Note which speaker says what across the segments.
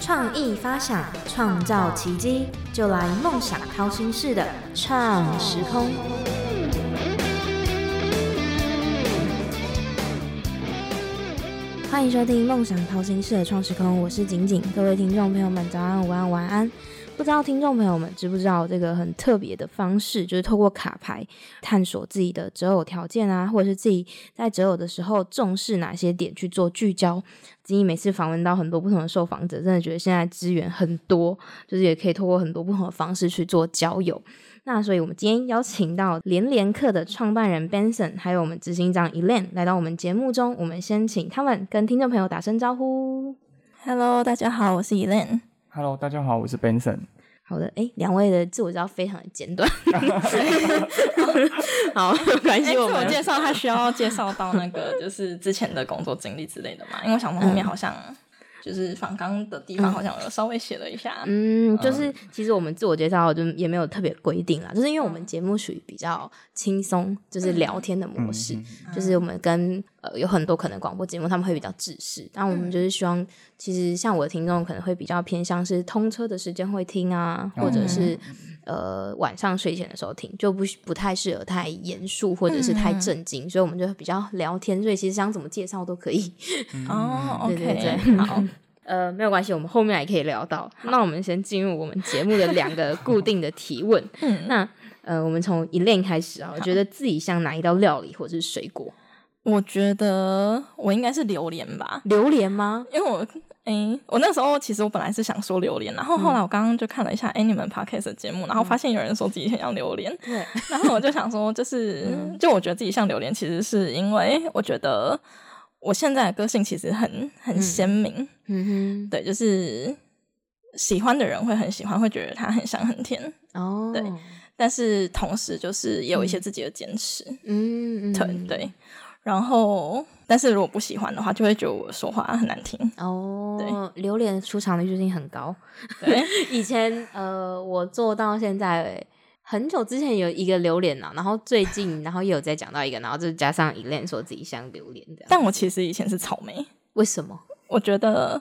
Speaker 1: 创意发想，创造奇迹，就来梦想掏心式的创时空。欢迎收听《梦想掏心式的创时空》，我是景景。各位听众朋友们，早安、午安、晚安。不知道听众朋友们知不知道这个很特别的方式，就是透过卡牌探索自己的择偶条件啊，或者是自己在择偶的时候重视哪些点去做聚焦。仅仅每次访问到很多不同的受访者，真的觉得现在资源很多，就是也可以透过很多不同的方式去做交友。那所以，我们今天邀请到连连课的创办人 Benson，还有我们执行长 Elaine 来到我们节目中。我们先请他们跟听众朋友打声招呼。
Speaker 2: Hello，大家好，我是 Elaine。
Speaker 3: Hello，大家好，我是 Benson。
Speaker 1: 好的，哎，两位的自我介绍非常的简短。 好，没 关系，
Speaker 2: 诶
Speaker 1: 我
Speaker 2: 自我
Speaker 1: 们
Speaker 2: 介绍，他需要介绍到那个就是之前的工作经历之类的嘛？因为我想说后面好像
Speaker 1: 嗯
Speaker 2: 就是访纲的地方，好像有稍微写了一下。
Speaker 1: 嗯，就是其实我们自我介绍就也没有特别规定啦，就是因为我们节目属于比较轻松，就是聊天的模
Speaker 3: 嗯
Speaker 1: 式，就是我们跟呃有很多可能广播节目他们会比较制式，但我们就是希望，其实像我的听众可能会比较偏向是通车的时间会听啊，或者是呃晚上睡前的时候听，就不不太适合太严肃或者是太震惊，所以我们就比较聊天，所以其实想怎么介绍都可以。
Speaker 2: 哦
Speaker 1: 对
Speaker 2: ，OK，
Speaker 1: 嗯对对，好。呃，没有关系，我们后面也可以聊到。那我们先进入我们节目的两 个固定的提问。那呃，我们从一练开始啊，我觉得自己像哪一道料理或者是水果？
Speaker 2: 我觉得我应该是榴莲吧，
Speaker 1: 榴莲吗？
Speaker 2: 因为我诶、我那时候其实我本来是想说榴莲，
Speaker 1: 嗯
Speaker 2: 然后后来我刚刚就看了一下诶你们 podcast 的节目，然后发现有人说自己很像榴莲，
Speaker 1: 对，
Speaker 2: 然后我就想说，就是、
Speaker 1: 嗯
Speaker 2: 就我觉得自己像榴莲，其实是因为我觉得我现在的个性其实很很鲜明，
Speaker 1: 嗯
Speaker 2: 对，就是喜欢的人会很喜欢，会觉得它很香很甜，
Speaker 1: 哼，哦，
Speaker 2: 对但是同时就是也有一些自己的坚持，
Speaker 1: 嗯，嗯
Speaker 2: 对、对，然后但是如果不喜欢的话，就会觉得我说话很难听，
Speaker 1: 哦，榴莲出场率最近很高。
Speaker 2: 对。
Speaker 1: 以前呃，我做到现在很久之前有一个榴莲啊，然后最近然后也有在讲到一个，然后就加上一练说自己像榴莲这样，
Speaker 2: 但我其实以前是草莓，
Speaker 1: 为什么？
Speaker 2: 我觉得，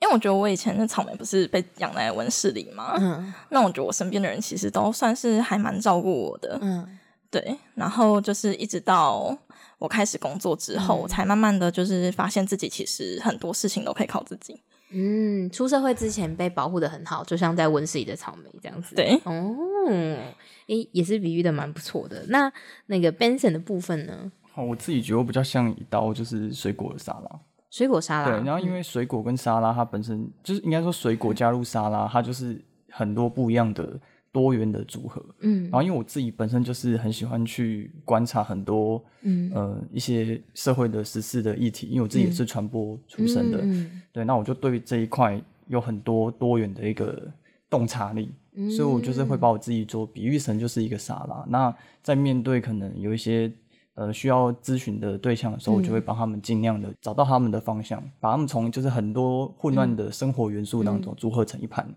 Speaker 2: 因为我觉得我以前的草莓不是被养在温室里嘛，
Speaker 1: 嗯
Speaker 2: 那我觉得我身边的人其实都算是还蛮照顾我的，
Speaker 1: 嗯。
Speaker 2: 对。然后就是一直到我开始工作之
Speaker 1: 嗯
Speaker 2: 后，我才慢慢的就是发现自己其实很多事情都可以靠自己，
Speaker 1: 嗯，出社会之前被保护的很好，就像在温室里的草莓这样子。，
Speaker 2: 对。
Speaker 1: 哦，诶、也是比喻的蛮不错的。那那个 Benson 的部分呢？
Speaker 3: 好，我自己觉得我比较像一道就是水果的沙拉。
Speaker 1: 水果沙
Speaker 3: 对，
Speaker 1: 拉，
Speaker 3: 然后因为水果跟沙拉它本身就是应该说水果加入沙拉，它就是很多不一样的多元的组合。
Speaker 1: 嗯
Speaker 3: 然后因为我自己本身就是很喜欢去观察很多
Speaker 1: 嗯
Speaker 3: 呃一些社会的时事的议题，因为我自己也是传播出身的。
Speaker 1: 嗯
Speaker 3: 对，那我就对这一块有很多多元的一个洞察力，
Speaker 1: 嗯
Speaker 3: 所以我就是会把我自己做比喻成就是一个沙拉。那在面对可能有一些呃需要咨询的对象的时候，我就会帮他们尽量的找到他们的方向，把他们从就是很多混乱的生活元素当中组合成一盘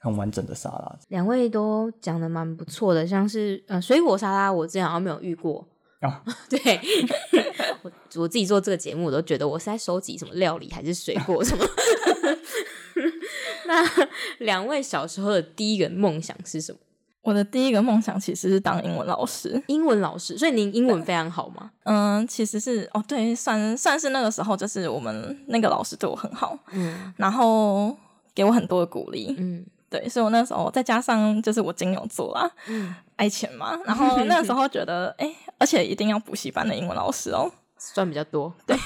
Speaker 3: 很完整的沙拉。
Speaker 1: 两位都讲的蛮不错的，像是呃水果沙拉，我之前好像没有遇过。
Speaker 3: 啊
Speaker 1: 对，我我自己做这个节目，我都觉得我是在收集什么料理还是水果什么。 那两位小时候的第一个梦想是什么？
Speaker 2: 我的第一个梦想其实是当英文老师，
Speaker 1: 英文老师，所以您英文非常好吗？
Speaker 2: 嗯，其实是哦，对，算算是那个时候，就是我们那个老师对我很好，
Speaker 1: 嗯
Speaker 2: 然后给我很多的鼓励，
Speaker 1: 嗯
Speaker 2: 对，所以我那时候再加上就是我金牛座啦，
Speaker 1: 嗯，
Speaker 2: 爱钱嘛，然后那个时候觉得，哎、而且一定要补习班的英文老师哦，
Speaker 1: 赚比较多。对，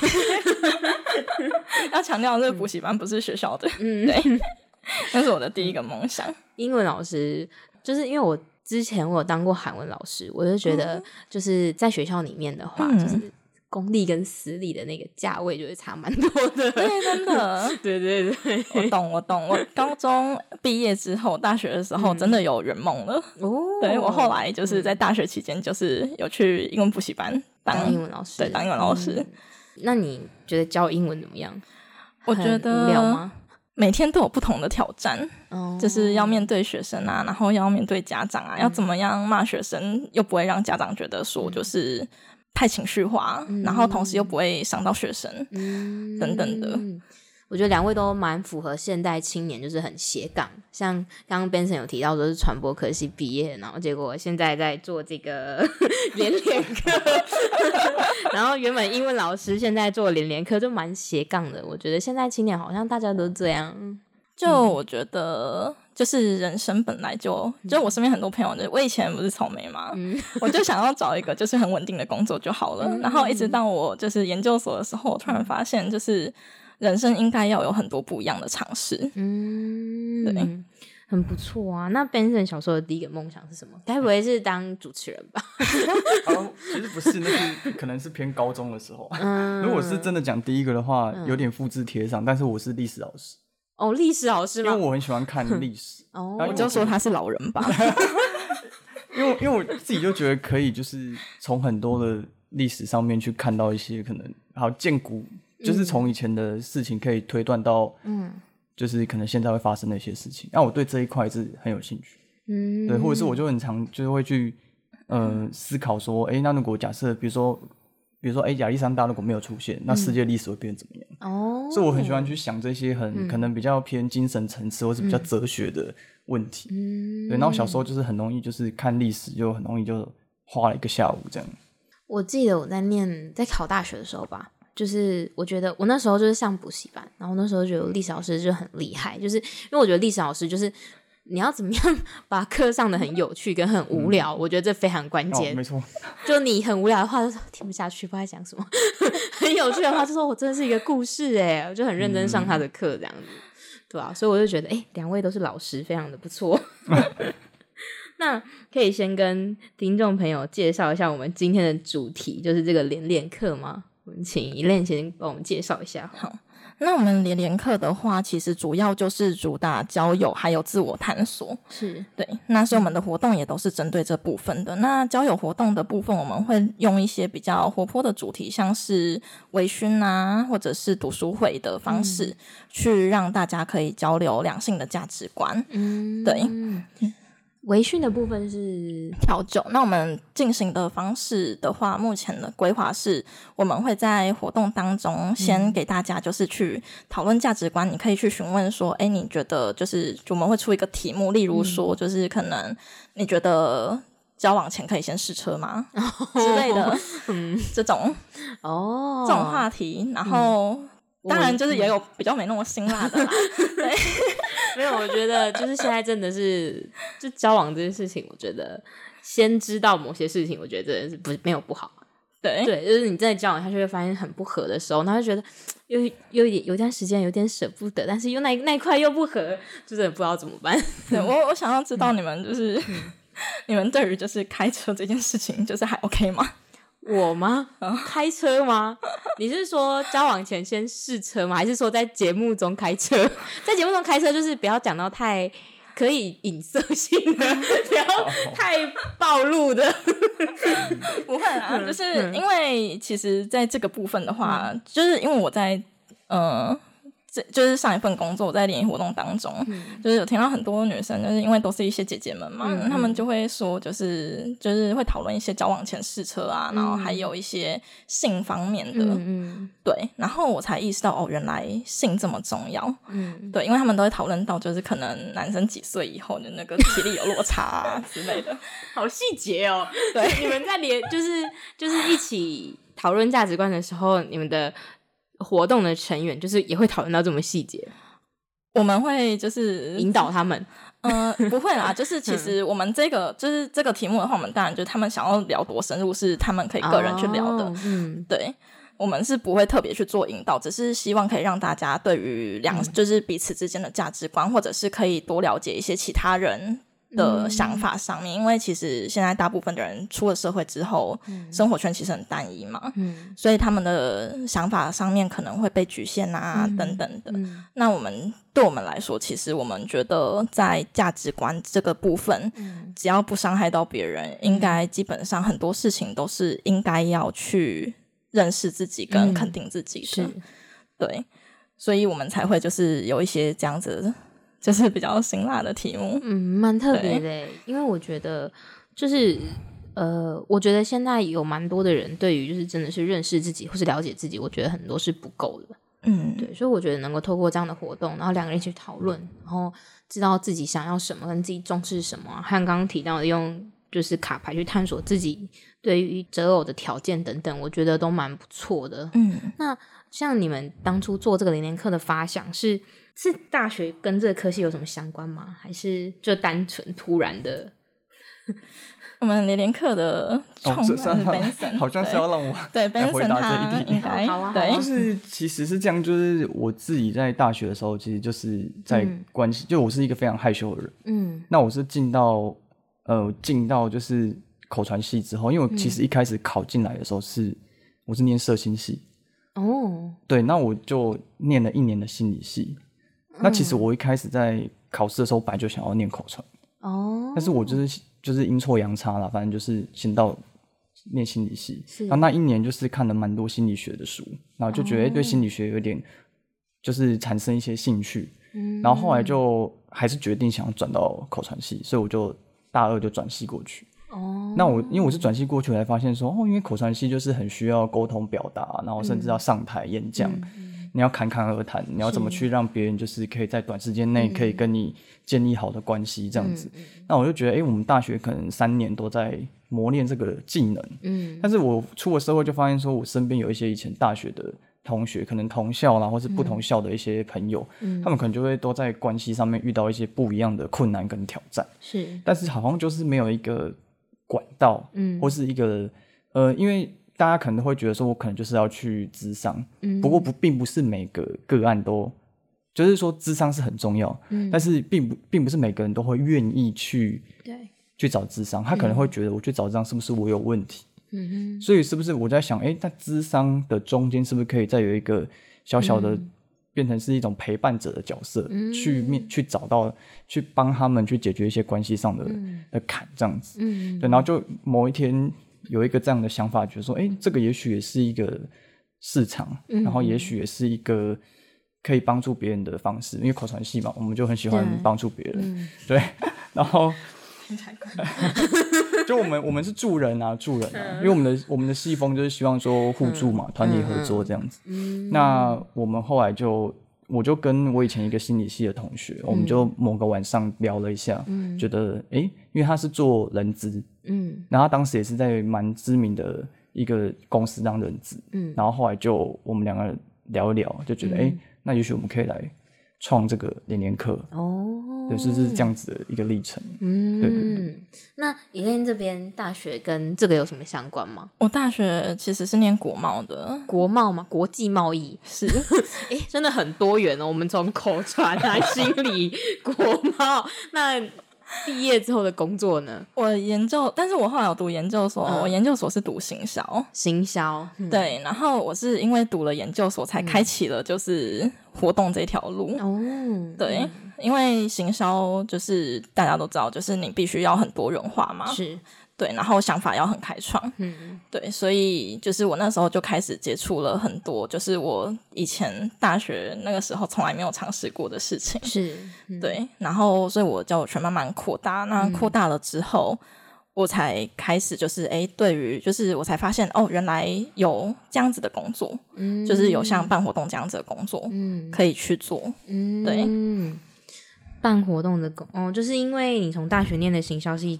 Speaker 2: 要强调这个补习班不是学校的，
Speaker 1: 嗯
Speaker 2: 对， 那是我的第一个梦想，
Speaker 1: 英文老师就是因为我之前我有当过韩文老师，我就觉得就是在学校里面的话，
Speaker 2: 嗯
Speaker 1: 就是公立跟私立的那个价位就会差蛮多的。
Speaker 2: 对，真的，
Speaker 1: 对对对，
Speaker 2: 我懂，我懂，我高中毕业之后，大学的时
Speaker 1: 嗯
Speaker 2: 候真的有圆梦了，
Speaker 1: 哦，嗯
Speaker 2: 对我后来就是在大学期间，就是有去英文补习班
Speaker 1: 当
Speaker 2: 当
Speaker 1: 英文老师，
Speaker 2: 对当英文老师
Speaker 1: 嗯那你觉得教英文怎么样？
Speaker 2: 我觉
Speaker 1: 很无聊
Speaker 2: 得
Speaker 1: 吗？
Speaker 2: 每天都有不同的挑战，
Speaker 1: 哦，
Speaker 2: 就是要面对学生啊，然后要面对家长啊，要怎么样骂学生，又不会让家长觉得说
Speaker 1: 嗯
Speaker 2: 就是太情绪化，然后同时又不会伤到学生。
Speaker 1: 嗯
Speaker 2: 等等的。
Speaker 1: 我觉得两位都蛮符合现代青年，就是很斜杠。像刚刚 Benson 有提到说是传播科系毕业，然后结果现在在做这个 连连课， 然后原本英文老师现在做连连课，就蛮斜杠的。我觉得现在青年好像大家都这样，
Speaker 2: 就我觉得，就是人生本来就，就我身边很多朋友，就我以前不是草莓嘛，我就想要找一个就是很稳定的工作就好了。然后一直到我就是研究所的时候，我突然发现，就是人生应该要有很多不一样的尝试。
Speaker 1: 嗯，
Speaker 2: 对，
Speaker 1: 很不错啊。那 Benson 小时候的第一个梦想是什么？该不会是当主持人吧？
Speaker 3: 哦，其实不是，那是可能是偏高中的时候。
Speaker 1: 嗯，
Speaker 3: 如果是真的讲第一个的话，有点复制贴上，但是我是历史老师，
Speaker 1: 哦，历史老师
Speaker 3: 因为呃
Speaker 1: 吗？
Speaker 3: 我很喜欢看历史，
Speaker 1: 哦，
Speaker 3: 然后
Speaker 2: 我就说他是老人吧，
Speaker 3: 因为因为我自己就觉得可以，就是从很多的历史上面去看到一些可能，好见古，就是从以前的事情可以推断到，嗯，就是可能现在会发生的一些事情。那我对这一块是很有兴趣，
Speaker 1: 嗯，
Speaker 3: 对，或者是我就很常就是会去呃思考说，哎、那如果假设比如说。比如说，哎、亚历山大如果没有出现，那世界历史会变得怎么样？
Speaker 1: 哦，嗯
Speaker 3: 所以我很喜欢去想这些很、可能比较偏精神层次或是比较哲学的问题。
Speaker 1: 嗯
Speaker 3: 对，那我小时候就是很容易就是看历史，就很容易就花了一个下午这样。
Speaker 1: 我记得我在念在考大学的时候吧，就是我觉得我那时候就是上补习班，然后那时候觉得历史老师就很厉害，就是因为我觉得历史老师就是你要怎么样 把课上的很有趣跟很无聊，我觉得这非常关
Speaker 3: 哦，
Speaker 1: 键。
Speaker 3: 没错，
Speaker 1: 就你很无聊的话，就说听不下去，不知道在讲什么； 很有趣的话，就说我真的是一个故事哎，我就很认真上他的课这样子，对啊，所以我就觉得，哎、两位都是老师，非常的不错。 那可以先跟听众朋友介绍一下我们今天的主题，就是这个连连课吗？我们请一练先帮我们介绍一下好了。
Speaker 2: 那我们连连课的话，其实主要就是主打交友，还有自我探索。
Speaker 1: 是，
Speaker 2: 对，那所以我们的活动也都是针对这部分的。那交友活动的部分，我们会用一些比较活泼的主题，像是微醺啊，或者是读书会的方式，去让大家可以交流两性的价值观。
Speaker 1: 嗯
Speaker 2: 对。
Speaker 1: 微醺的部分是，
Speaker 2: 调酒。那我们进行的方式的话，目前的规划是，我们会在活动当中先给大家就是去讨论价值观，你可以去询问说，哎，你觉得就是我们会出一个题目，例如说就是可能你觉得。交往前可以先试车吗？之类的，这种
Speaker 1: 哦，
Speaker 2: 这种话题，然后当然就是也有比较没那么辛辣的啦，
Speaker 1: 没有，我觉得就是现在真的是，就交往这件事情，我觉得先知道某些事情，我觉得真的是不没有不好。
Speaker 2: 对，
Speaker 1: 对，就是你真的交往下去会发现很不合的时候，然后就觉得又又有点有段时间有点舍不得，但是又那那一块又不合，就真的不知道怎么办。
Speaker 2: 对我，我想要知道你们就是、 你们对于就是开车这件事情，就是还 OK 吗？
Speaker 1: 我吗？开车吗？你是说交往前先试车吗？还是说在节目中开车？ 在节目中开车就是不要讲到太可以隐射性的， 不要太暴露的。
Speaker 2: 不会
Speaker 1: 嗯
Speaker 2: 啦，就是因为其实在这个部分的话，就是因为我在呃。这就是上一份工作，我在联谊活动当中，
Speaker 1: 嗯
Speaker 2: 就是有听到很多女生，就是因为都是一些姐姐们嘛，她们就会说，就是就是会讨论一些交往前试车啊，然后还有一些性方面的，
Speaker 1: 嗯
Speaker 2: 对，然后我才意识到哦，原来性这么重要，
Speaker 1: 嗯，
Speaker 2: 对，因为他们都会讨论到，就是可能男生几岁以后的那个体力有落差啊之类的。
Speaker 1: 好细节哦。 对，你们在连 就是就是一起讨论价值观的时候，你们的活动的成员就是也会讨论到这么细节，
Speaker 2: 我们会就是
Speaker 1: 引导他们。
Speaker 2: 呃，不会啦，就是其实我们这个就是这个题目的话，我们当然就是他们想要聊多深入是他们可以个人去聊的，
Speaker 1: 哦嗯
Speaker 2: 对。我们是不会特别去做引导，只是希望可以让大家对于两、就是彼此之间的价值观，或者是可以多了解一些其他人的想法上面。因为其实现在大部分的人出了社会之后，生活圈其实很单一嘛，
Speaker 1: 嗯
Speaker 2: 所以他们的想法上面可能会被局限啊，等等的。
Speaker 1: 嗯
Speaker 2: 那我们对我们来说，其实我们觉得在价值观这个部分，
Speaker 1: 嗯
Speaker 2: 只要不伤害到别人，应该基本上很多事情都是应该要去认识自己跟
Speaker 1: 嗯
Speaker 2: 肯定自己的。
Speaker 1: 是
Speaker 2: 对，所以我们才会就是有一些这样子，就是比较辛辣的题目。
Speaker 1: 嗯，蛮特别的欸，因为我觉得就是。呃，我觉得现在有蛮多的人对于就是真的是认识自己或是了解自己，我觉得很多是不够的。
Speaker 2: 嗯，
Speaker 1: 对，所以我觉得能够透过这样的活动，然后两个人一起讨论，然后知道自己想要什么，跟自己重视什么啊，和刚刚提到的用就是卡牌去探索自己对于择偶的条件等等，我觉得都蛮不错的。
Speaker 2: 嗯，
Speaker 1: 像你们当初做这个零年课的发想是是大学跟这个科系有什么相关吗？还是就单纯突然的？
Speaker 2: 我们连连课的创
Speaker 3: 哦，这
Speaker 2: 办
Speaker 3: 是
Speaker 2: 人 Benson，
Speaker 3: 好像是要让我
Speaker 2: 对
Speaker 3: 来回
Speaker 2: Benson
Speaker 3: 答
Speaker 2: 他
Speaker 3: 这一题
Speaker 2: 应该
Speaker 1: 好啊好啊
Speaker 2: 对
Speaker 3: 就，是其实是这样，就是我自己在大学的时候，其实就是在
Speaker 1: 嗯
Speaker 3: 关系，就我是一个非常害羞的人。
Speaker 1: 嗯
Speaker 3: 那我是进到呃进到就是口传系之后，因为我
Speaker 1: 嗯
Speaker 3: 其实一开始考进来的时候是、我是念社心系，
Speaker 1: 哦，
Speaker 3: 对，那我就念了一年的心理系。那其实
Speaker 1: 嗯
Speaker 3: 我一开始在考试的时候，本来就想要念口传，
Speaker 1: 哦，
Speaker 3: 但是我就是就是阴错阳差啦，反正就是先到念心理系
Speaker 1: 是，
Speaker 3: 然后那一年就是看了蛮多心理学的书，然后就觉得诶对
Speaker 1: 哦
Speaker 3: 心理学有点就是产生一些兴趣，
Speaker 1: 嗯
Speaker 3: 然后后来就还是决定想要转到口传系，所以我就大二就转系过去。
Speaker 1: 哦，
Speaker 3: 那我因为我是转系过去，我才发现说哦，因为口传系就是很需要沟通表达，然后甚至要上台演讲，
Speaker 1: 嗯
Speaker 3: 你要侃侃而谈，你要怎么去让别人就是可以在短时间内可
Speaker 1: 嗯
Speaker 3: 以跟你建立好的关系这样子。那我就觉得，哎、我们大学可能三年都在磨练这个技能，
Speaker 1: 嗯
Speaker 3: 但是我出了社会就发现，说我身边有一些以前大学的同学，可能同校啦，或是不
Speaker 1: 嗯
Speaker 3: 同校的一些朋友，他们可能就会都在关系上面遇到一些不一样的困难跟挑战。
Speaker 1: 是
Speaker 3: 但是好像就是没有一个管道，
Speaker 1: 嗯
Speaker 3: 或是一个呃，因为大家可能会觉得说，我可能就是要去咨商，
Speaker 1: 嗯
Speaker 3: 不过不并不是每个个案都，就是说咨商是很重要，
Speaker 1: 嗯
Speaker 3: 但是并不并不是每个人都会愿意去
Speaker 1: 对，
Speaker 3: 去找咨商，他可能会觉得我去找咨商是不是我有问题，
Speaker 1: 嗯
Speaker 3: 所以是不是我在想，诶，那咨商的中间是不是可以再有一个小小的，
Speaker 1: 嗯
Speaker 3: 变成是一种陪伴者的角色，去面去找到，去帮他们去解决一些关系上的、的坎，这样子。
Speaker 1: 嗯
Speaker 3: 对，然后就某一天有一个这样的想法，觉得说，诶，这个也许也是一个市场，
Speaker 1: 嗯
Speaker 3: 然后也许也是一个。可以帮助别人的方式，因为口传系嘛，我们就很喜欢
Speaker 1: 对嗯
Speaker 3: 帮助别人， 对。然后 就我们我们是助人啊，助人啊，因为我们的我们的戏风就是希望说互助
Speaker 1: 嗯
Speaker 3: 嘛，团体合作这样子。那我们后来就，我就跟我以前一个心理系的同学，我们就
Speaker 1: 嗯
Speaker 3: 某个晚上聊了一下，觉得诶，因为他是做人资，
Speaker 1: 嗯
Speaker 3: 然后他当时也是在蛮知名的一个公司当人资，
Speaker 1: 嗯
Speaker 3: 然后后来就我们两个人聊一聊，就觉得诶，那也许我们可以来创这个连连课，
Speaker 1: 哦，
Speaker 3: 对，就是这样子的一个历程。对对
Speaker 1: 嗯，那以恋这边大学跟这个有什么相关吗？
Speaker 2: 我大学其实是念国贸的，
Speaker 1: 国贸嘛，国际贸 易，
Speaker 2: 是
Speaker 1: 哎、真的很多元哦。我们从口传 来心理、国贸，那毕业之后的工作呢？
Speaker 2: 我研究，但是我后来有读研究所，
Speaker 1: 嗯
Speaker 2: 我研究所是读行销，
Speaker 1: 行销，嗯
Speaker 2: 对，然后我是因为读了研究所才开启了就是活动这条路，
Speaker 1: 哦，
Speaker 2: 对，因为行销就是大家都知道，就是你必须要很多元化嘛，
Speaker 1: 是，
Speaker 2: 对，然后想法要很开创，
Speaker 1: 嗯
Speaker 2: 对，所以就是我那时候就开始接触了很多，就是我以前大学那个时候从来没有尝试过的事情，
Speaker 1: 是，嗯，
Speaker 2: 对，然后所以我教我全慢慢扩大，那扩大了之后。我才开始就是哎，对于就是我才发现哦，原来有这样子的工作，
Speaker 1: 嗯
Speaker 2: 就是有像办活动这样子的工作、
Speaker 1: 嗯
Speaker 2: 可以去做。
Speaker 1: 嗯，
Speaker 2: 对
Speaker 1: 嗯，办活动的工哦，就是因为你从大学念的行销系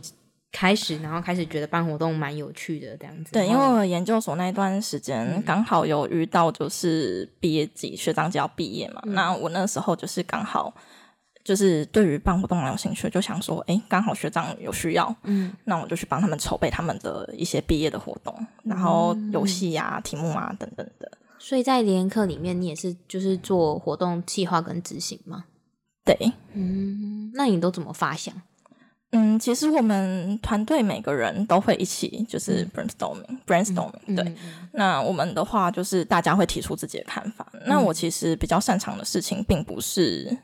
Speaker 1: 开始，然后开始觉得办活动蛮有趣的这样子，
Speaker 2: 对，因为
Speaker 1: 哦
Speaker 2: 我研究所那一段时间刚好有遇到就是毕业季，学长姐要毕业嘛，那我那时候就是刚好。就是对于办活动蛮有兴趣，就想说，哎，刚好学长有需要，
Speaker 1: 嗯，
Speaker 2: 那我就去帮他们筹备他们的一些毕业的活动，然后游戏啊、题目啊等等的。
Speaker 1: 所以在联课里面，你也是就是做活动计划跟执行吗？
Speaker 2: 对，
Speaker 1: 嗯，那你都怎么发想？
Speaker 2: 嗯，其实我们团队每个人都会一起，就是
Speaker 1: 嗯
Speaker 2: brainstorming、brainstorming。对，那我们的话就是大家会提出自己的看法。那
Speaker 1: 嗯
Speaker 2: 我其实比较擅长的事情，并不是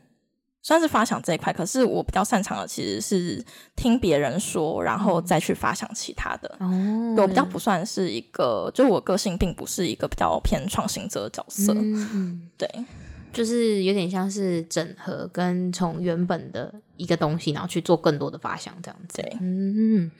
Speaker 2: 算是发想这一块，可是我比较擅长的其实是听别人说，然后再去发想其他的。
Speaker 1: 嗯哦
Speaker 2: 对我比较不算是一个，就我个性并不是一个比较偏创新者的角色。
Speaker 1: 嗯嗯，
Speaker 2: 对，
Speaker 1: 就是有点像是整合跟从原本的一个东西，然后去做更多的发想这样子。
Speaker 2: 对
Speaker 1: 嗯，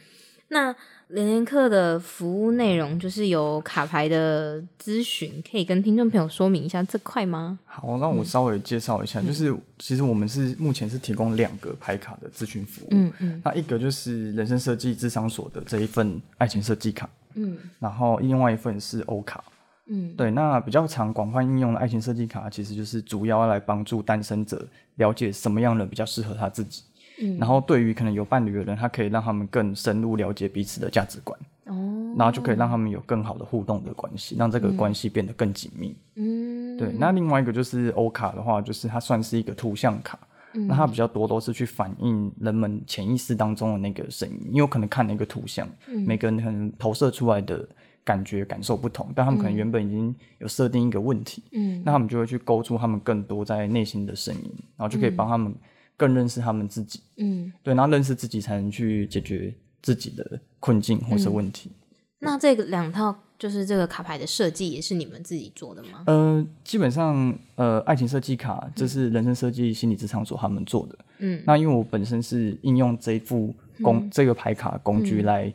Speaker 1: 那连连课的服务内容就是有卡牌的咨询，可以跟听众朋友说明一下这块吗？
Speaker 3: 好，那
Speaker 1: 嗯
Speaker 3: 我稍微介绍一下，就是其实我们是目前是提供两个牌卡的咨询服务，
Speaker 1: 嗯嗯
Speaker 3: 那一个就是人生设计智商所的这一份爱情设计卡，
Speaker 1: 嗯
Speaker 3: 然后另外一份是欧卡。
Speaker 1: 嗯
Speaker 3: 对，那比较常广泛应用的爱情设计卡，其实就是主要来帮助单身者了解什么样的人比较适合他自己。
Speaker 1: 嗯
Speaker 3: 然后对于可能有伴侣的人，他可以让他们更深入了解彼此的价值观，
Speaker 1: 哦
Speaker 3: 然后就可以让他们有更好的互动的关系，让这个关系变得更紧密。
Speaker 1: 嗯
Speaker 3: 对，那另外一个就是欧卡的话，就是它算是一个图像卡，
Speaker 1: 嗯
Speaker 3: 那它比较多都是去反映人们潜意识当中的那个声音，因为我可能看了一个图像，
Speaker 1: 嗯
Speaker 3: 每个人可能投射出来的感觉感受不同，但他们可能原本已经有设定一个问题，
Speaker 1: 嗯
Speaker 3: 那他们就会去勾出他们更多在内心的声音，然后就可以帮他们更认识他们自己，
Speaker 1: 嗯，
Speaker 3: 对，然后认识自己才能去解决自己的困境或
Speaker 1: 嗯
Speaker 3: 是问题。
Speaker 1: 那这个两套就是这个卡牌的设计也是你们自己做的吗？
Speaker 3: 呃，基本上，呃，爱情设计卡这是人生设计心理职场所他们做的。
Speaker 1: 嗯，
Speaker 3: 那因为我本身是应用这一副工、这个牌卡工具来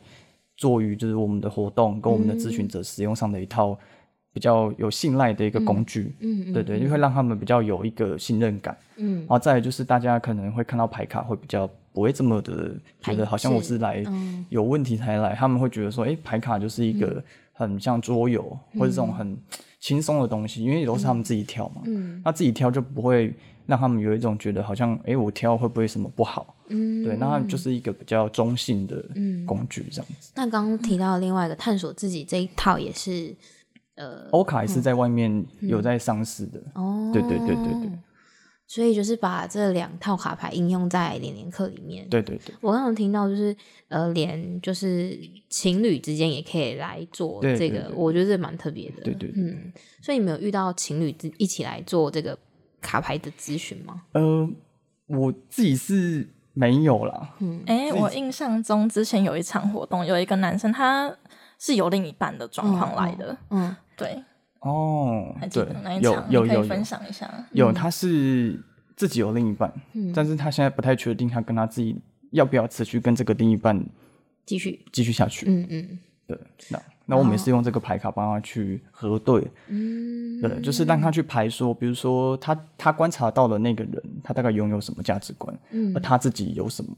Speaker 3: 做于就是我们的活动跟我们的咨询者使用上的一套比较有信赖的一个工具。
Speaker 1: 嗯
Speaker 3: 对对，就会让他们比较有一个信任感。
Speaker 1: 嗯
Speaker 3: 然后再来就是大家可能会看到牌卡会比较不会这么的觉得好像我是
Speaker 1: 嗯
Speaker 3: 来有问题才来，他们会觉得说，哎，牌卡就是一
Speaker 1: 嗯
Speaker 3: 个很像桌游或者这种很轻松的东西，因为也都是他们自己挑嘛，
Speaker 1: 嗯
Speaker 3: 那自己挑就不会让他们有一种觉得好像，哎，我挑会不会什么不好？
Speaker 1: 嗯，
Speaker 3: 对，那他们就是一个比较中性的工具这样子。
Speaker 1: 那刚刚提到另外一个探索自己这一套也是呃
Speaker 3: 欧卡也是在外面有在上市的，
Speaker 1: 哦，
Speaker 3: 哦对对对对对，
Speaker 1: 所以就是把这两套卡牌应用在连连课里面。
Speaker 3: 对对对。
Speaker 1: 我刚刚听到就是呃，连就是情侣之间也可以来做
Speaker 3: 对
Speaker 1: 这
Speaker 3: 对
Speaker 1: 个，
Speaker 3: 对
Speaker 1: 我觉得这蛮特别的。
Speaker 3: 对对对
Speaker 1: 嗯，所以你们有遇到情侣之一起来做这个卡牌的咨询吗？
Speaker 3: 呃，我自己是没有啦，
Speaker 1: 嗯
Speaker 2: 哎、我印象中之前有一场活动，有一个男生他是有另一半的状况来的，
Speaker 1: 嗯
Speaker 2: 对，
Speaker 3: 哦
Speaker 2: 还，记
Speaker 3: 对
Speaker 2: 得那一，
Speaker 3: 有
Speaker 2: 场，
Speaker 3: 有
Speaker 2: 你可
Speaker 3: 有
Speaker 2: 以分
Speaker 3: 有
Speaker 2: 享一下。
Speaker 1: 嗯
Speaker 3: 有，他是自己有另一半，但是他现在不太确定他跟他自己要不要持续跟这个另一半
Speaker 1: 继续，
Speaker 3: 继续下去。
Speaker 1: 嗯嗯
Speaker 3: 对，那那我们也是用这个牌卡帮他去核对，
Speaker 1: 嗯
Speaker 3: 对，就是让他去排说，比如说他他观察到的那个人，他大概拥有什么价值观，
Speaker 1: 嗯
Speaker 3: 而他自己有什么，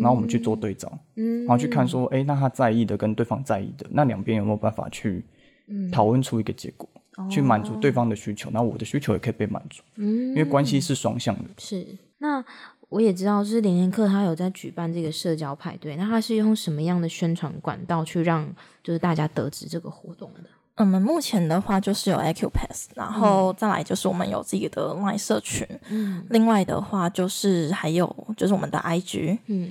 Speaker 3: 然后我们去做对照，
Speaker 1: 嗯，
Speaker 3: 然后去看说，哎、那他在意的跟对方在意的，那两边有没有办法去
Speaker 1: 嗯
Speaker 3: 讨论出一个结果，
Speaker 1: 哦
Speaker 3: 去满足对方的需求，那我的需求也可以被满足，
Speaker 1: 嗯
Speaker 3: 因为关系是双向的。
Speaker 1: 是那。我也知道，就是连连课他有在举办这个社交派对，那他是用什么样的宣传管道去让就是大家得知这个活动的？
Speaker 2: 我们目前的话就是有 IQ Pass，然后再来就是我们有自己的 LINE 社群，
Speaker 1: 嗯
Speaker 2: 另外的话就是还有就是我们的 IG，
Speaker 1: 嗯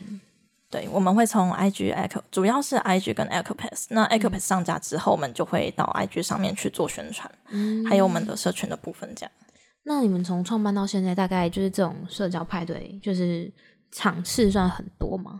Speaker 2: 对，我们会从 IG Echo，主要是 IG 跟 Echo Pass。那 Echo Pass 上架之后，我们就会到 IG 上面去做宣传，还有我们的社群的部分这样。
Speaker 1: 那你们从创办到现在，大概就是这种社交派对，就是场次算很多吗？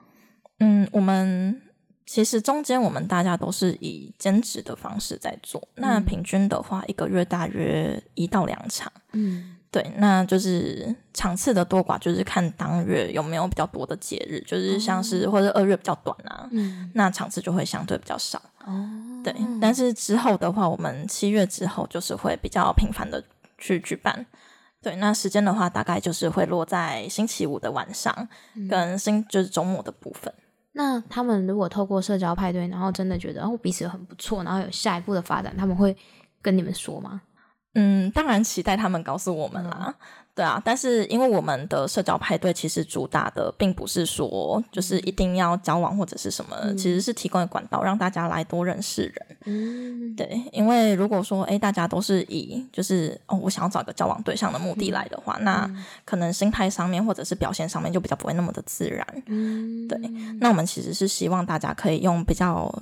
Speaker 2: 嗯，我们其实中间我们大家都是以兼职的方式在做，那平均的话，一个月大约一到两场。
Speaker 1: 嗯
Speaker 2: 对，那就是场次的多寡，就是看当月有没有比较多的节日，就是
Speaker 1: 哦
Speaker 2: 像是或者二月比较短啊，
Speaker 1: 嗯
Speaker 2: 那场次就会相对比较少。
Speaker 1: 哦，
Speaker 2: 对，但是之后的话，我们七月之后就是会比较频繁的去举办。对，那时间的话，大概就是会落在星期五的晚上，
Speaker 1: 嗯
Speaker 2: 跟星就是周末的部分。
Speaker 1: 那他们如果透过社交派对，然后真的觉得哦彼此很不错，然后有下一步的发展，他们会跟你们说吗？
Speaker 2: 嗯，当然期待他们告诉我们啦。对啊，但是因为我们的社交派对其实主打的并不是说就是一定要交往或者是什么，其实是提供管道让大家来多认识人。
Speaker 1: 嗯
Speaker 2: 对，因为如果说哎，诶大家都是以就是哦，我想要找个交往对象的目的来的话，那可能心态上面或者是表现上面就比较不会那么的自然。
Speaker 1: 嗯，
Speaker 2: 对，那我们其实是希望大家可以用比较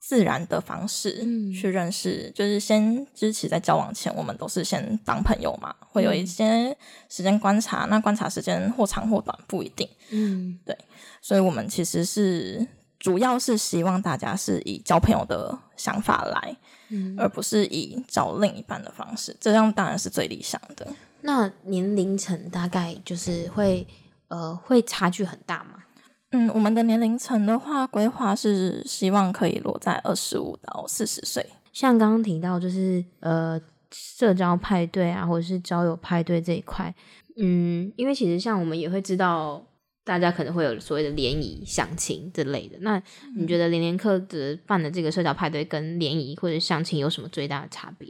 Speaker 2: 自然的方式
Speaker 1: 嗯
Speaker 2: 去认识，就是先支持在交往前，我们都是先当朋友嘛，会
Speaker 1: 嗯
Speaker 2: 有一些时间观察，那观察时间或长或短不一定，
Speaker 1: 嗯
Speaker 2: 所以我们其实是。主要是希望大家是以交朋友的想法来，
Speaker 1: 嗯。
Speaker 2: 而不是以找另一半的方式，这样当然是最理想的。
Speaker 1: 那年龄层大概就是会呃会差距很大吗？
Speaker 2: 嗯，我们的年龄层的话，规划是希望可以落在二十五到四十岁。
Speaker 1: 像刚刚提到，就是呃，社交派对啊，或者是交友派对这一块，嗯，因为其实像我们也会知道，大家可能会有所谓的联谊、相亲之类的。那你
Speaker 2: 嗯
Speaker 1: 觉得连连客的办的这个社交派对跟联谊或者相亲有什么最大的差别？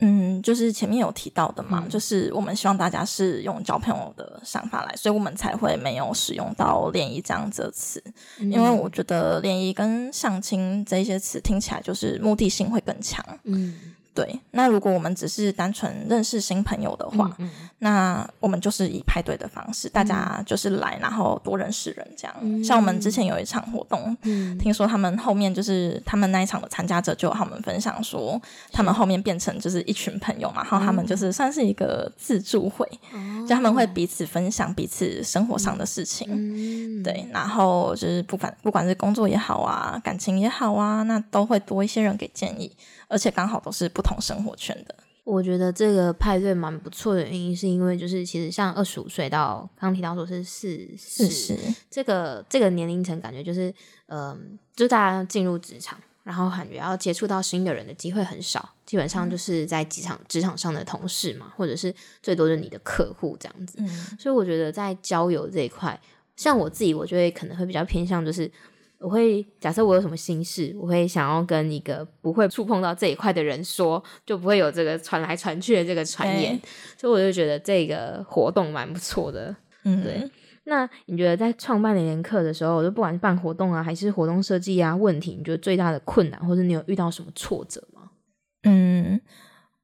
Speaker 2: 嗯，就是前面有提到的嘛，
Speaker 1: 嗯
Speaker 2: 就是我们希望大家是用交朋友的想法来，所以我们才会没有使用到联谊这样子的词，因
Speaker 1: 嗯
Speaker 2: 为我觉得联谊跟相亲这一些词听起来就是目的性会更强。
Speaker 1: 嗯，
Speaker 2: 对，那如果我们只是单纯认识新朋友的话，
Speaker 1: 嗯
Speaker 2: 那我们就是以派对的方式，大家就是来，然后多认识人这样。
Speaker 1: 嗯
Speaker 2: 像我们之前有一场活动，
Speaker 1: 嗯
Speaker 2: 听说他们后面就是他们那一场的参加者就和我们分享说，他们后面变成就是一群朋友嘛，然后他们就是算是一个自助会，
Speaker 1: 嗯
Speaker 2: 就他们会彼此分享彼此生活上的事情。
Speaker 1: 嗯，
Speaker 2: 对，然后就是不管不管是工作也好啊，感情也好啊，那都会多一些人给建议，而且刚好都是不同生活圈的。
Speaker 1: 我觉得这个派对蛮不错的原因，是因为就是其实像二十五岁到刚刚提到说是四
Speaker 2: 是是，
Speaker 1: 这个这个年龄层，感觉就是嗯、就是大家进入职场，然后感觉要接触到新的人的机会很少，基本上就是在职场职场上的同事嘛，或者是最多就是你的客户这样子。
Speaker 2: 嗯
Speaker 1: 所以我觉得在交友这一块，像我自己，我就会可能会比较偏向就是。我会假设我有什么心事，我会想要跟一个不会触碰到这一块的人说，就不会有这个传来传去的这个传言，所以我就觉得这个活动蛮不错的。
Speaker 2: 嗯，
Speaker 1: 对那你觉得在创办连连课的时候，就不管是办活动啊，还是活动设计啊，问题，你觉得最大的困难，或者你有遇到什么挫折吗？
Speaker 2: 嗯，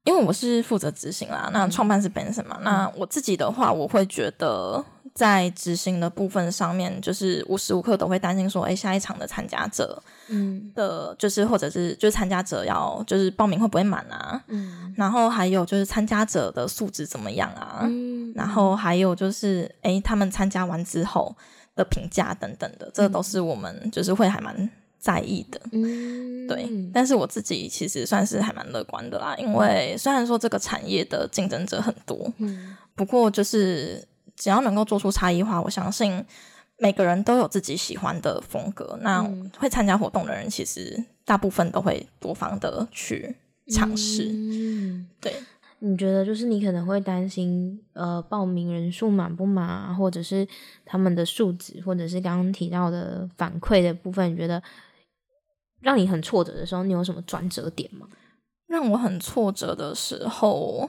Speaker 2: 因为我是负责执行啦，那创办是 Benson 嘛，那我自己的话，我会觉得在执行的部分上面，就是无时无刻都会担心说，哎，下一场的参加者
Speaker 1: 嗯
Speaker 2: 的，就是或者是就是参加者要就是报名会不会满啊，
Speaker 1: 嗯
Speaker 2: 然后还有就是参加者的素质怎么样啊，
Speaker 1: 嗯
Speaker 2: 然后还有就是，哎，他们参加完之后的评价等等的，这都是我们就是会还蛮在意的。
Speaker 1: 嗯
Speaker 2: 对，但是我自己其实算是还蛮乐观的啦，因为虽然说这个产业的竞争者很多，
Speaker 1: 嗯
Speaker 2: 不过就是只要能够做出差异化，我相信每个人都有自己喜欢的风格。那
Speaker 1: 嗯
Speaker 2: 会参加活动的人，其实大部分都会多方的去尝试。
Speaker 1: 嗯
Speaker 2: 对，
Speaker 1: 你觉得就是你可能会担心，呃，报名人数满不满啊，或者是他们的素质，或者是刚刚提到的反馈的部分，你觉得让你很挫折的时候，你有什么转折点吗？
Speaker 2: 让我很挫折的时候，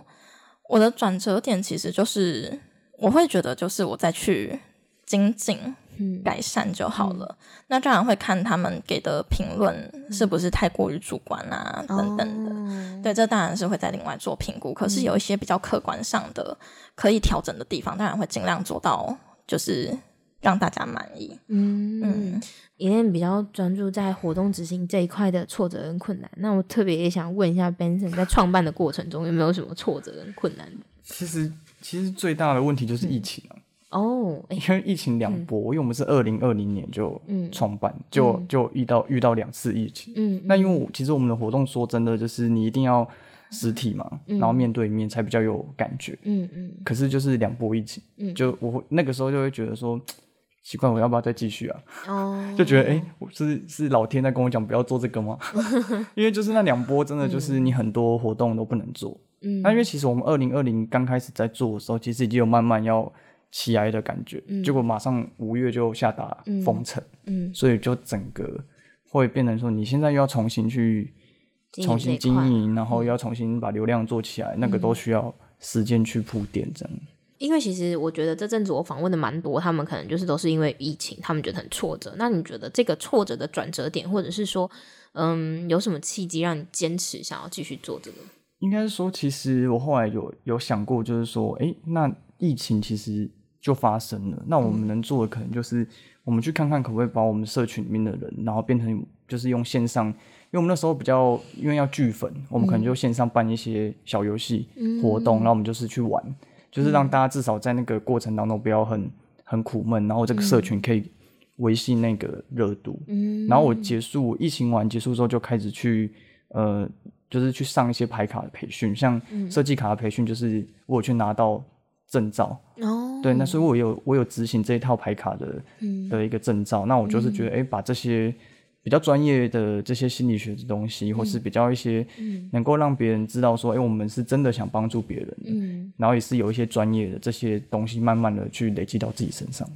Speaker 2: 我的转折点其实就是我会觉得，就是我再去精进、
Speaker 1: 嗯
Speaker 2: 改善就好了。那当然会看他们给的评论是不是太过于主观啊，
Speaker 1: 哦
Speaker 2: 等等的。
Speaker 1: 的，
Speaker 2: 对，这当然是会在另外做评估。可是有一些比较客观上的可以调整的地方，当然会尽量做到，就是让大家满意。
Speaker 1: 嗯
Speaker 2: 嗯，
Speaker 1: 因为比较专注在活动执行这一块的挫折跟困难，那我特别也想问一下 Benson，在创办的过程中有没有什么挫折跟困难？
Speaker 3: 其实其实最大的问题就是疫情啊，
Speaker 1: 哦，哎、
Speaker 3: 因为疫情两波，因为我们是二零二零年就
Speaker 1: 嗯
Speaker 3: 创办，就就遇到遇到两次疫情。
Speaker 1: 嗯，
Speaker 3: 那因为我其实我们的活动说真的就是你一定要实体嘛，然后面对面才比较有感觉。
Speaker 1: 嗯嗯
Speaker 3: 可是就是两波疫情，
Speaker 1: 嗯
Speaker 3: 就我会那个时候就会觉得说，奇怪，我要不要再继续啊？
Speaker 1: 哦，
Speaker 3: 就觉得哎、诶我是是老天在跟我讲不要做这 个吗？因为就是那两波真的就是你很多活动都不能做。
Speaker 1: 嗯
Speaker 3: 那因为其实我们二零二零刚开始在做的时候，其实已经有慢慢要起来的感觉，结果马上五月就下达封城，
Speaker 1: 嗯，
Speaker 3: 所以就整个会变成说你现在又要重新去
Speaker 1: 经营
Speaker 3: 重
Speaker 1: 这
Speaker 3: 新
Speaker 1: 一块嗯
Speaker 3: 经营，然后要重新把流量做起来，那个都需要时间去铺垫，这样。
Speaker 1: 因为其实我觉得这阵子我访问的蛮多，他们可能就是都是因为疫情，他们觉得很挫折。那你觉得这个挫折的转折点，或者是说，嗯，有什么契机让你坚持想要继续做这个？
Speaker 3: 应该是说，其实我后来有有想过，就是说，诶，那疫情其实就发生了，那我们能做的可能就是我们去看看可不可以把我们社群里面的人，然后变成就是用线上，因为我们那时候比较因为要聚粉，我们可能就线上办一些小游戏活动，然后我们就是去玩，就是让大家至少在那个过程当中不要很很苦闷，然后这个社群可以维系那个热度。
Speaker 1: 嗯
Speaker 3: 然后我结束我疫情完结束之后，就开始去呃，就是去上一些牌卡的培训，像设计卡的培训，就是我有去拿到证照，
Speaker 1: 哦，
Speaker 3: 对，那所以我有我有执行这一套牌卡的的一个证照，那我就是觉得，哎、把这些比较专业的这些心理学的东西，或是比较一些能够让别人知道说，哎、我们是真的想帮助别人
Speaker 1: 嗯
Speaker 3: 的，然后也是有一些专业的这些东西，慢慢的去累积到自己身上。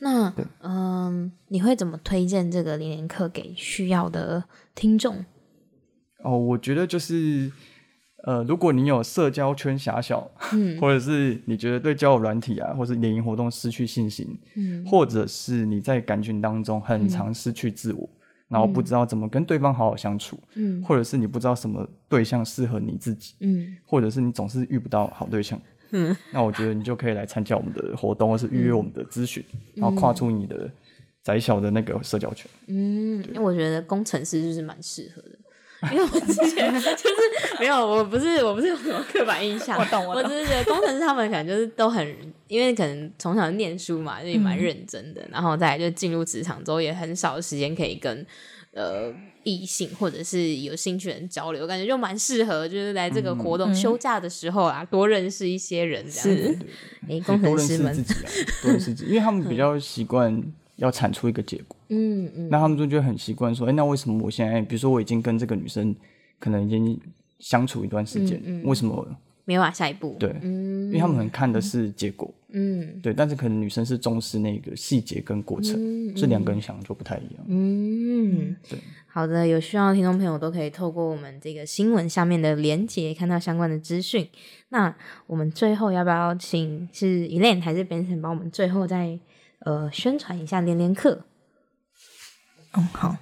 Speaker 1: 那嗯，你会怎么推荐这个零零课给需要的听众？
Speaker 3: 哦，我觉得就是，呃，如果你有社交圈狭小，
Speaker 1: 嗯
Speaker 3: 或者是你觉得对交友软体啊，或是联谊活动失去信心，嗯，或者是你在感情当中
Speaker 1: 嗯
Speaker 3: 很常失去自我，然后不知道怎么跟对方好好相处，
Speaker 1: 嗯
Speaker 3: 或者是你不知道什么对象适合你自己，
Speaker 1: 嗯
Speaker 3: 或者是你总是遇不到好对象，
Speaker 1: 嗯，
Speaker 3: 那我觉得你就可以来参加我们的活动，或是预约我们的咨询，然后跨出你的窄小的那个社交圈。
Speaker 1: 嗯，因为我觉得工程师就是蛮适合的。因为我之前 就是没有，我不是我不是有什么刻板印象，
Speaker 2: 我懂我
Speaker 1: 我
Speaker 2: 懂
Speaker 1: 只是觉得工程师他们可能就是都很，因为可能从小念书嘛，就也蛮认真的，然后再来就进入职场之后，也很少时间可以跟呃异性或者是有兴趣的人交流，感觉就蛮适合，就是来这个活动、休假的时候啊，多认识一些人这样子。
Speaker 2: 嗯是
Speaker 1: 诶，
Speaker 3: 所以
Speaker 1: 工程
Speaker 3: 多认
Speaker 1: 师
Speaker 3: 识
Speaker 1: 们
Speaker 3: 自，己啊，多认识自己，因为他们比较习惯要产出一个结果，
Speaker 1: 嗯嗯
Speaker 3: 那他们就觉得很习惯说，哎、那为什么我现在，比如说我已经跟这个女生可能已经相处一段时间，为什么？
Speaker 1: 没办法下一步，
Speaker 3: 对，
Speaker 1: 嗯
Speaker 3: 因为他们很看的是结果，
Speaker 1: 嗯
Speaker 3: 对，但是可能女生是重视那个细节跟过程，
Speaker 1: 嗯
Speaker 3: 所以两个人想就不太一样。
Speaker 1: 嗯，
Speaker 3: 对，
Speaker 1: 好的，有需要的听众朋友都可以透过我们这个新闻下面的连接看到相关的资讯。那我们最后要不要请是 Elaine 还是 Benson 帮我们最后再呃宣传一下连连课？
Speaker 2: 嗯，好。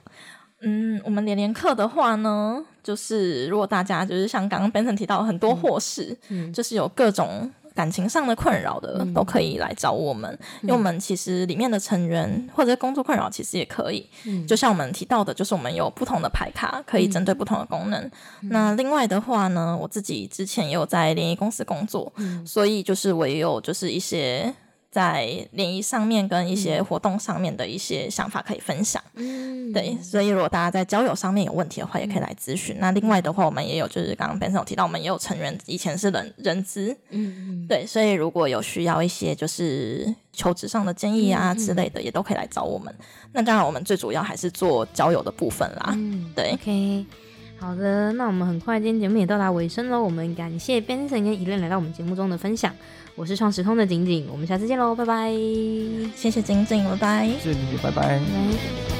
Speaker 2: 嗯，我们连连课的话呢，就是如果大家就是像刚刚 Benson 提到很多祸事，就是有各种感情上的困扰的，都可以来找我们，因为我们其实里面的成员或者工作困扰其实也可以，就像我们提到的，就是我们有不同的牌卡可以针对不同的功能。那另外的话呢，我自己之前也有在联谊公司工作，所以就是我也有就是一些。在联谊上面跟一些活动上面的一些想法可以分享，
Speaker 1: 嗯，嗯
Speaker 2: 对，所以如果大家在交友上面有问题的话，也可以来咨询。那另外的话，我们也有就是刚刚 Benson 有提到，我们也有成员以前是人人资，
Speaker 1: 嗯
Speaker 2: 对，所以如果有需要一些就是求职上的建议
Speaker 1: 嗯
Speaker 2: 啊之类的，也都可以来找我们。那当然，我们最主要还是做交友的部分啦。
Speaker 1: 嗯
Speaker 2: 对，
Speaker 1: ，OK。好的，那我们很快今天节目也到达尾声喽，我们感谢 Benson 跟 Elaine 来到我们节目中的分享。我是创时空的景景，我们下次见喽，拜拜。
Speaker 2: 谢谢晶晶，拜拜。
Speaker 3: 谢谢你，拜
Speaker 1: 拜
Speaker 3: 拜。
Speaker 1: 拜